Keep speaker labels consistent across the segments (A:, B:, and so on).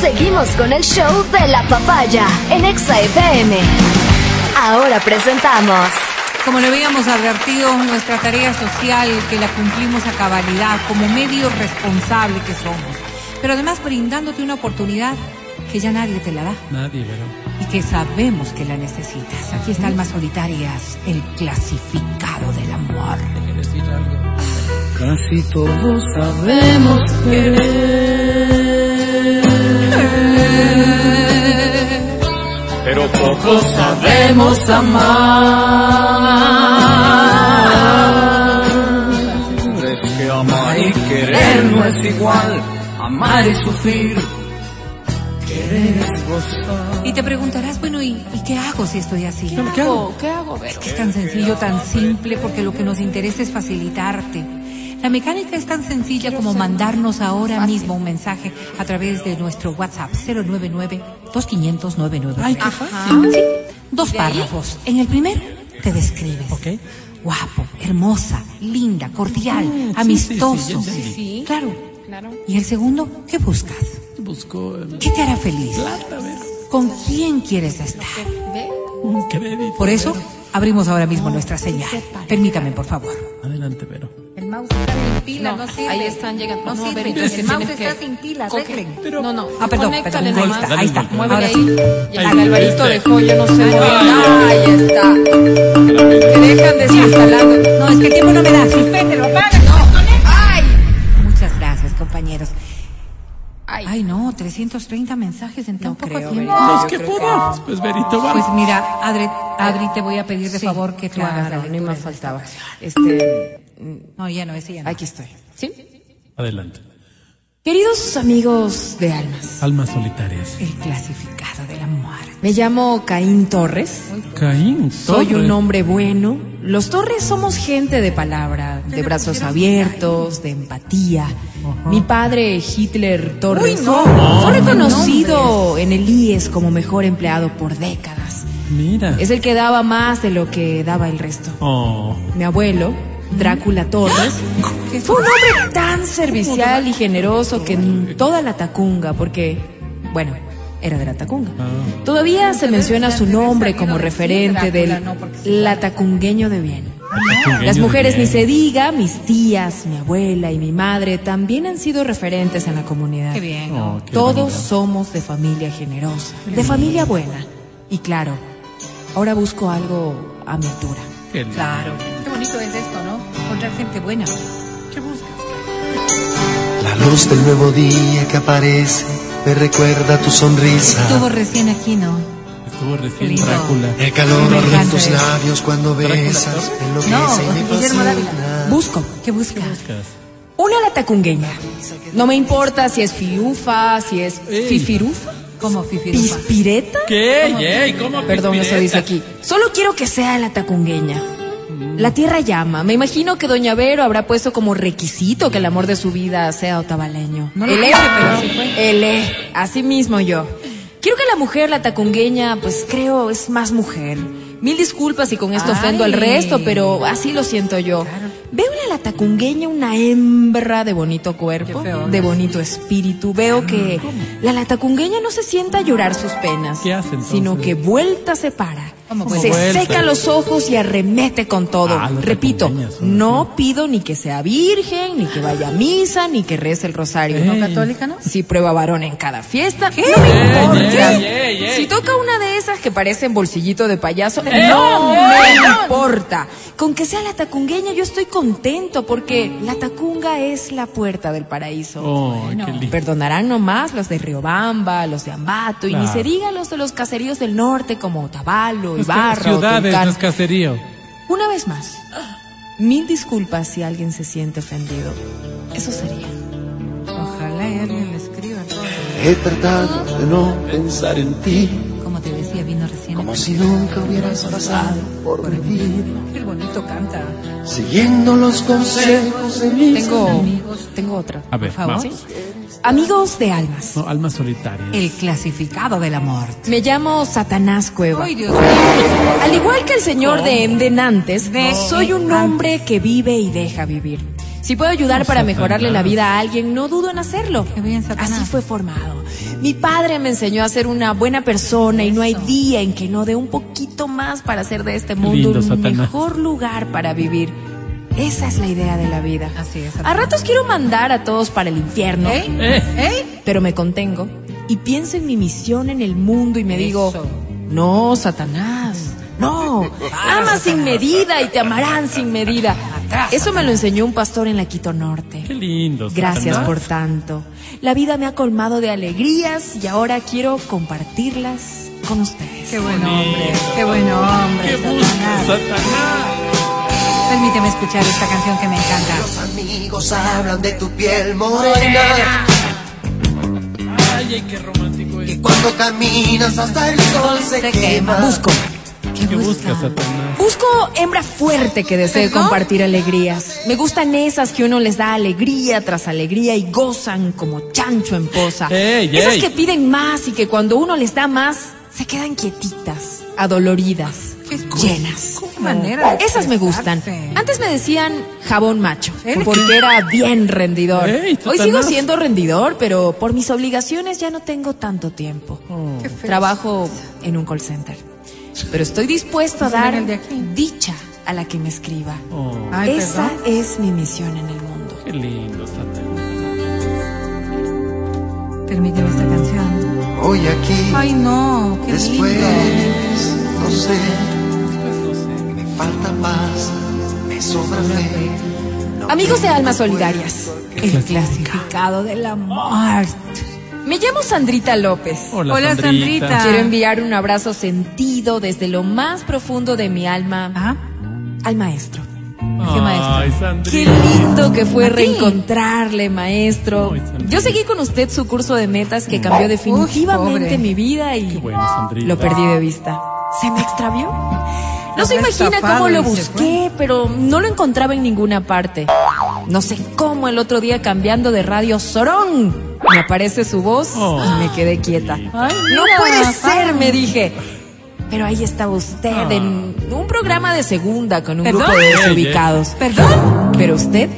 A: Seguimos con el show de la papaya en Exa FM. Ahora presentamos.
B: Como lo habíamos advertido, nuestra tarea social que la cumplimos a cabalidad como medio responsable que somos, pero además brindándote una oportunidad que ya nadie te la da
C: Nadie, pero.
B: y que sabemos que la necesitas. Aquí está Almas Solitarias, el clasificado del amor.
C: Quiero decir algo.
D: Casi todos sabemos querer, pero pocos sabemos amar. Es que amar y querer no es igual, amar y sufrir, querer es gozar.
B: Y te preguntarás, bueno, ¿y, y qué hago si estoy así?
C: ¿Qué hago?
E: ¿Qué hago? Vero?
B: Es que es tan sencillo, tan simple, porque lo que nos interesa es facilitarte. La mecánica es tan sencilla como mandarnos ahora
E: fácil.
B: mismo un mensaje a través de nuestro WhatsApp 099 2500
C: Ay,
B: 999
C: qué fácil.
B: Ah, Dos párrafos. En el primero te describes.
C: Ok.
B: Guapo, hermosa, linda, cordial, amistoso.
C: Ah, sí, ya entendí.
E: Sí.
B: Claro.
E: Claro.
B: Y el segundo, ¿qué buscas?
C: Busco el
B: ¿Qué te hará feliz? ¿Con quién quieres estar?
E: ¿Ve?
C: un crédito.
B: Por eso, abrimos ahora mismo nuestra señal. Permítame, por favor.
C: Adelante, pero.
B: El mouse está sin pila,
E: No,
B: no, sirve.
E: ahí están llegando.
B: No,
E: No,
B: sirve.
E: pero entonces
B: el mouse
E: tienes que-
B: está sin pila,
E: Coge.
B: arreglen.
C: Pero-
E: No, no.
B: Ah, perdón, perdón.
E: Conéctale
B: Ahí
E: nomás.
B: está, ahí está.
E: Muévele
B: Ahora
E: ahí.
B: sí.
E: Y
C: Ahí
E: el Alvarito
C: está.
E: dejó, yo no sé. dónde. Ahí está.
B: Que dejan de No, es que el tiempo no me da. Suspéndelo, apágalo. ¡Ay! Muchas gracias, compañeros.
E: Ay.
B: Ay, no, 330 mensajes en tan
E: No
B: poco
E: creo,
B: tiempo.
E: Verito,
C: Los
E: yo
C: que
E: creo que
C: podamos. Pues Berito,
B: Pues
C: vamos.
B: mira, Adri, Adri, te voy a pedir de
E: Sí,
B: favor que tú
E: claro,
B: hagas la
E: no, ni
B: lectura.
E: más faltaba. Este,
B: No, ya no, ese ya no.
E: aquí estoy. ¿Sí?
C: Adelante.
E: Queridos amigos de almas,
C: Almas solitarias.
E: eh,
B: El clasificado de la muerte.
E: me llamo Caín Torres.
C: Caín.
E: Soy
C: Torres.
E: un hombre bueno. Los Torres somos gente de palabra, de brazos abiertos, de empatía. Mi padre, Hitler Torres, fue reconocido en el IES como mejor empleado por décadas.
C: Mira.
E: Es el que daba más de lo que daba el resto.
C: Oh.
E: Mi abuelo, Drácula Torres, fue un hombre tan servicial y generoso que en toda la Tacunga, porque, bueno, era de la Tacunga. Todavía se menciona su nombre como referente del latacungueño de bien.
C: Latacungueño
E: Las
C: de
E: mujeres ni
C: bien.
E: se diga, mis tías, mi abuela y mi madre también han sido referentes en la comunidad.
B: Qué bien. ¿no?
C: Oh, qué
E: Todos
C: bonito.
E: somos de familia generosa, de familia buena. Y claro, ahora busco algo a mi altura.
C: Qué lindo.
B: Claro. Qué bonito es esto, ¿no? Encontrar gente buena.
C: Ah.
B: ¿Qué buscas?
F: La luz del nuevo día que aparece me recuerda tu sonrisa.
B: Estuvo recién aquí, ¿no?
C: Estuvo recién
B: Lindo.
C: Drácula.
F: El calor
B: Me
F: de
B: encanta
F: tus
B: eso.
F: labios Ah, cuando
C: Drácula,
F: besas
C: ¿no?
F: enloquece y me
B: No, Guillermo Dávila.
F: fascina.
E: Busco
B: ¿Qué buscas?
C: Buscas.
E: una latacungueña. No me importa si es fiufa, si es
C: Ey.
E: fifirufa,
B: ¿Cómo, Fifi?
E: pispireta.
C: ¿Qué? Yey, ¿Cómo
E: Perdón, eso
C: pispireta?
E: dice aquí. Solo quiero que sea la tacungueña. La tierra llama. Me imagino que Doña Vero habrá puesto como requisito que el amor de su vida sea otavaleño.
B: No lo
E: el E,
B: puse, pero sí fue.
E: El E. Así mismo yo. Quiero que la mujer, la tacungueña, pues creo es más mujer. Mil disculpas si con esto ofendo al
B: Ay.
E: resto, pero así lo siento yo.
B: Claro.
E: Veo en la tacungueña una hembra de bonito cuerpo,
B: Qué feo. Ah,
E: de bonito espíritu. Veo que la latacungueña no se sienta a llorar sus penas,
C: ¿Qué hace entonces?
E: sino que vuelta se para.
B: ¿Cómo
E: Se
C: vuelta?
E: seca los ojos y arremete con todo.
C: Ah, los
E: Repito,
C: tacungueñas son
E: no pido ni que sea virgen, ni que vaya a misa, ni que rece el rosario.
C: Ey.
E: ¿No católica, no? Si prueba varón en cada fiesta, no me importa.
C: Ey, ey, ey.
E: Si toca una de esas que parecen bolsillito de payaso, no me importa. Con que sea la tacungueña, yo estoy contento porque la tacunga es la puerta del paraíso.
C: Oh, qué lindo.
E: Perdonarán nomás los de Riobamba, los de Ambato, y ni
C: Claro.
E: se digan los de los caseríos del norte como Otavalo,
C: Las ca-
E: Ibarra,
C: ciudades,
E: Otuncán.
C: los caseríos.
E: Una vez más, mil disculpas si alguien se siente ofendido. Eso sería.
B: Ojalá y alguien le escriba. ¿no?
F: He tratado de no pensar en ti,
B: Como te decía, vino recién.
F: como si nunca hubieras pasado por mi vida.
B: Qué bonito canta.
F: Siguiendo los consejos de mis
E: Tengo,
B: amigos.
E: tengo otra.
C: A ver,
B: Por favor.
C: vamos.
E: Amigos de almas.
C: No, almas solitarias.
B: El clasificado del amor.
E: Me llamo Satanás Cueva.
B: Ay, Dios mío.
E: Al igual que el señor de Emden antes,
B: De-
E: soy un hombre que vive y deja vivir. Si puedo ayudar
C: No
E: para
C: está tan
E: mejorarle la
C: raro.
E: vida a alguien, no dudo en hacerlo.
B: Qué bien, Satanás.
E: Así fue formado. Mi padre me enseñó a ser una buena persona y no hay
B: Eso.
E: día en que no dé un poquito más para hacer de este mundo
C: Lindo,
E: un
C: Satanás.
E: mejor lugar para vivir. Esa es la idea de la vida.
B: Así es,
E: A
B: Satanás.
E: ratos quiero mandar a todos para el infierno.
B: ¿Eh? ¿Eh?
E: Pero me contengo y pienso en mi misión en el mundo y me digo,
B: Eso.
E: no, Satanás, no, ama sin medida y te amarán sin medida. Eso me lo enseñó un pastor en la Quito
C: Qué
E: Norte.
C: lindo.
E: Gracias
C: Satanás.
E: por tanto. La vida me ha colmado de alegrías y ahora quiero compartirlas con ustedes.
B: Qué buen hombre, qué buen hombre.
C: ¡Qué gusto,
B: Satanás.
C: Satanás!
B: Permíteme escuchar esta canción que me encanta.
F: Los amigos hablan de tu piel morena,
C: ¡Ay, ay, qué romántico es!
F: que cuando caminas hasta el sol se quema.
E: Busco.
C: ¿Qué buscas, Satanás?
E: Busco hembra fuerte que desee
B: ¿Perdón?
E: compartir alegrías. Me gustan esas que uno les da alegría tras alegría y gozan como chancho en poza.
C: ¡Ey,
E: esas
C: ey!
E: que piden más y que cuando uno les da más se quedan quietitas, adoloridas,
B: Qué cosa,
E: llenas.
B: qué manera de
E: Esas me gustan.
B: expresarse.
E: Antes me decían jabón macho,
B: ¿Eh?
E: porque era bien rendidor.
C: Ey,
E: Hoy sigo
C: Satanás.
E: siendo rendidor, pero por mis obligaciones ya no tengo tanto tiempo.
B: Qué feliz.
E: Trabajo en un call center. Pero estoy dispuesto a
B: Ese no era Pues
E: dar
B: el de aquí.
E: dicha a la que me escriba.
C: Oh,
B: Ay,
E: Esa
B: perdón.
E: es mi misión en el mundo.
C: qué lindo, Satanás.
B: Permíteme esta canción.
F: Hoy aquí,
B: Ay, no, qué
F: después,
B: lindo.
F: no sé.
C: Pues no sé.
F: Me falta paz, me sobra fe.
E: Amigos de almas solidarias, el
C: Clasificado.
E: clasificado del amor. Me llamo Sandrita López.
C: Hola,
B: Hola,
C: Sandrita.
B: Sandrita.
E: Quiero enviar un abrazo sentido desde lo más profundo de mi alma
B: Ajá.
E: al maestro.
B: Qué maestro.
C: Ay,
E: Qué
C: Sandrita.
E: lindo que fue
B: ¿A ti?
E: reencontrarle, maestro.
C: Ay, Sandrita.
E: Yo seguí con usted su curso de metas que cambió definitivamente
B: pobre.
E: mi vida y
C: Qué bueno, Sandrita.
E: Lo perdí de vista. ¿Se me extravió? No se
B: Habrá
E: imagina
B: estafado
E: cómo lo
B: y se
E: busqué, pero no lo encontraba en ninguna parte. No sé cómo el otro día cambiando de radio Sorón me aparece su voz
C: Oh.
E: y me quedé quieta.
B: Ay,
E: no
B: mira,
E: puede
B: Pablo.
E: ser, me dije. Pero ahí estaba usted
C: Ah.
E: en un programa de segunda con un
B: ¿Perdón?
E: grupo de
C: Ey, ey.
E: desubicados.
B: ¿Perdón?
E: Pero usted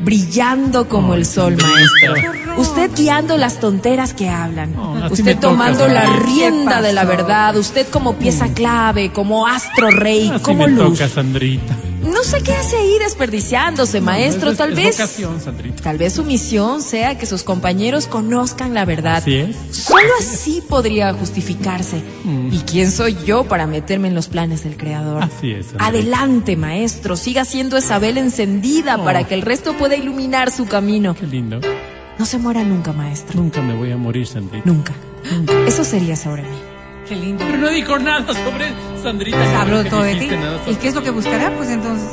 E: brillando como el sol, maestro. Usted guiando las tonteras que hablan.
C: Oh, así me
E: usted
C: toca,
E: tomando la
C: Sandra.
E: rienda
B: ¿Qué
E: de la
B: pasó?
E: verdad. Usted como pieza clave, como astro rey,
C: Mm. Así
E: como
C: me
E: luz.
C: toca, Sandrita.
E: No sé qué hace ahí desperdiciándose, maestro.
C: Es-
E: tal
C: es
E: vez.
C: vocación, Sandrita.
E: Tal vez su misión sea que sus compañeros conozcan la verdad.
C: Así es.
E: Solo así podría justificarse. ¿Y quién soy yo para meterme en los planes del Creador?
C: Mm. Así es, Sandra.
E: Adelante, maestro. Siga siendo esa vela encendida
C: Oh.
E: para que el resto pueda iluminar su camino.
C: Qué lindo.
E: No se muera nunca, maestro.
C: Nunca me voy a morir, Sandrita.
E: Nunca. Eso sería sobre mí.
B: Qué lindo.
C: Pero no dijo nada sobre Sandrita.
B: Pues habló
C: Nunca
B: todo de ti.
C: dijiste nada sobre-
B: ¿Y qué es lo que buscará? Pues entonces.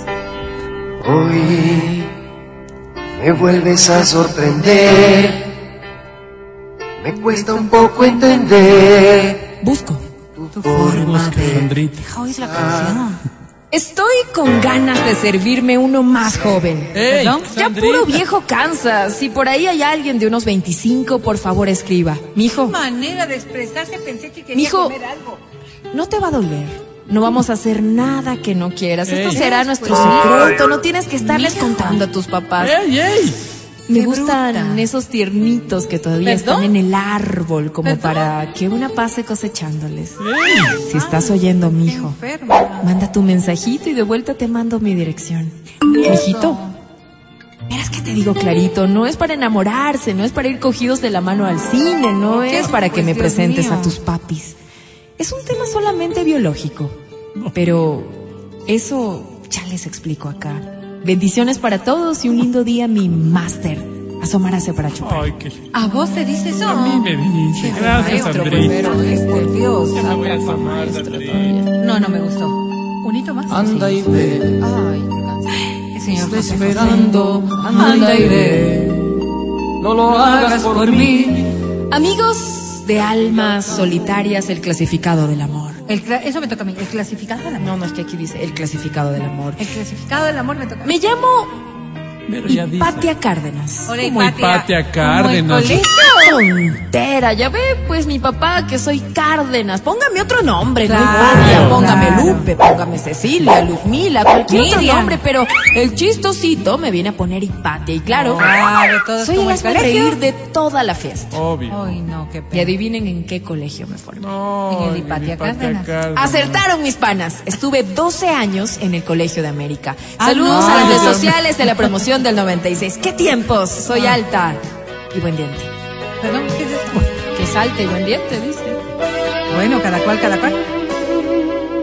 F: Hoy me vuelves a sorprender. Me cuesta un poco entender
E: Busco.
F: tu forma
C: Busca,
F: de
C: Sandrita.
B: Deja oír la canción.
E: Estoy con ganas de servirme uno más joven.
C: Ey,
E: ¿Perdón? Ya
C: Sandrita.
E: puro viejo cansa. Si por ahí hay alguien de unos 25, por favor escriba. Mijo,
B: manera de expresarse, pensé que quería
E: Mijo.
B: comer algo.
E: no te va a doler. No vamos a hacer nada que no quieras. Esto
C: Ey.
E: será nuestro secreto. No tienes que estarles contando a tus papás.
C: ¡Ey, ey!
E: Me
B: Qué
E: gustan
B: bruta.
E: esos tiernitos que todavía
B: ¿Perdón?
E: están en el árbol como
B: ¿Perdón?
E: para que una pase cosechándoles.
C: ¡Ey!
E: Si estás oyendo,
B: Qué
E: mijo,
B: enfermo.
E: manda tu mensajito y de vuelta te mando mi dirección. Mijito, verás que te digo clarito, no es para enamorarse, no es para ir cogidos de la mano al cine, no
B: ¿Qué?
E: es para que
B: Pues,
E: me
B: Dios
E: presentes
B: mío.
E: a tus papis. Es un tema solamente biológico, pero eso ya les explico acá. Bendiciones para todos y un lindo día, mi máster. Asomarase para chupar.
C: ¡Ay, qué lindo!
B: ¿A vos te dice eso?
C: A mí me dice. Gracias,
E: maestro,
C: Sandrita.
B: Pero este Dios.
C: Ya me voy a tomar, Sandrita.
B: No, no me gustó. Un hito más.
D: Anda y ve,
B: El señor
D: está
B: José.
D: esperando, anda y ve. No lo hagas por mí.
E: Amigos de almas solitarias, el clasificado del amor.
B: El cla- eso me toca a mí. El clasificado del amor.
E: No, no es que aquí dice el clasificado del amor.
B: El clasificado del amor me toca a mí.
E: Me llamo
C: Pero
E: y
C: ya dice.
E: Patia Cárdenas.
B: Hola,
C: Como Hipatia Cárdenas.
B: Como el colegio.
E: Tontera, ya ve, pues mi papá que soy Cárdenas. Póngame otro nombre, no
B: Claro,
E: Hipatia, póngame
B: claro.
E: Lupe, póngame Cecilia, Luzmila, cualquier otro
B: Miriam.
E: nombre, pero el chistosito me viene a poner Hipatia y claro,
B: Claro, todo es
E: soy
B: como
E: el
B: el
E: hazme
B: colegio. Oh.
E: reír de toda la fiesta.
C: Obvio.
B: Ay, no, qué
E: Y
B: pena.
E: adivinen en qué colegio me formé.
C: No.
B: En el Hipatia Cárdenas.
E: Acertaron mis panas. Estuve 12 años en el Colegio de América.
B: Ah,
E: Saludos
B: no.
E: a las redes
B: Ay, Dios
E: sociales de la promoción del 96. ¡Qué tiempos!
B: Ah.
E: Soy alta y buen diente.
B: Perdón, ¿qué es esto?
E: Que salte y buen diente, dice.
B: Bueno, cada cual, cada cual.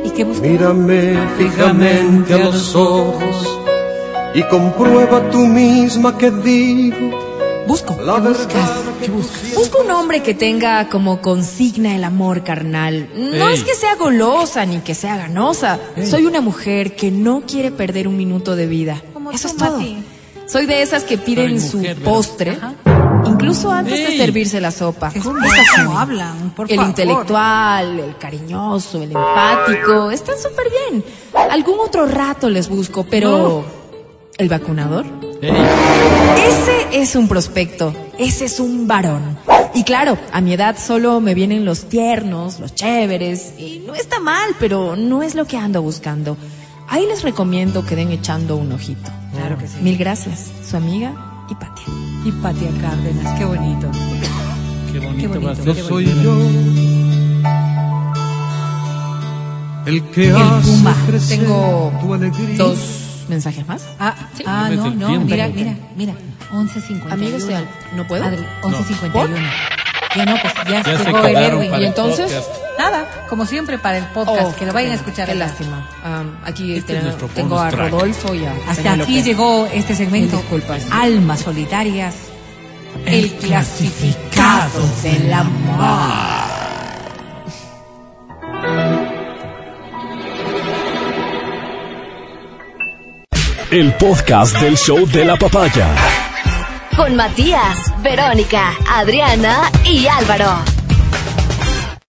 B: ¿Y qué busca?
F: Mírame fijamente a los ojos y comprueba tú misma que digo
E: Busco.
F: la verdad.
E: Busco un hombre que tenga como consigna el amor carnal. No
C: Ey.
E: es que sea golosa ni que sea ganosa. Soy una mujer que no quiere perder un minuto de vida.
B: Como
E: Eso
B: tú,
E: es todo.
B: Mati.
E: Soy de esas que piden
C: Soy
E: su
C: mujer, ¿verdad?
E: postre, incluso antes de
C: Ey.
E: servirse la sopa.
B: ¿Qué es
E: Es así.
B: ¿Cómo hablan? Por
E: el
B: favor.
E: intelectual, el cariñoso, el empático, están súper bien. Algún otro rato les busco, pero el vacunador. Ese es un prospecto, ese es un varón. Y claro, a mi edad solo me vienen los tiernos, los chéveres, y no está mal, pero no es lo que ando buscando. Ahí les recomiendo que den echando un ojito.
B: Claro que sí.
E: Mil gracias, su amiga y Patia.
B: Y Patia Cárdenas, qué bonito.
C: Qué
B: Qué
C: bonito
B: bonito,
C: va a ser.
B: qué
F: No soy yo el que
B: El
F: hace
B: Puma.
F: crecer
E: Tengo
F: tu alegría.
E: Dos mensajes más.
B: Ah, ah
C: No
B: no,
C: me
B: no,
C: entiendo.
B: mira, mira, mira. 11.51.
E: Amigo, estoy al- ¿no puedo?
B: Adri, 11.51.
E: ¿Por?
B: Ya no, pues ya,
C: Ya se
B: llegó el
C: quedaron
B: Erwin.
C: para
B: y
C: el
B: entonces,
C: podcast.
B: nada, como siempre para el podcast,
E: Oh,
B: que lo vayan a
E: qué-
B: escuchar.
E: Qué
B: allá.
E: lástima. Am, aquí
C: Este es
E: tengo,
C: nuestro
E: tengo a
C: bonus track.
E: Rodolfo y a
B: Hasta
E: Penélope.
B: aquí llegó este segmento.
E: Mil disculpas.
B: Almas solitarias. El, clasificado
E: del amor.
G: El podcast del show de la papaya.
A: Con Matías, Verónica, Adriana y Álvaro.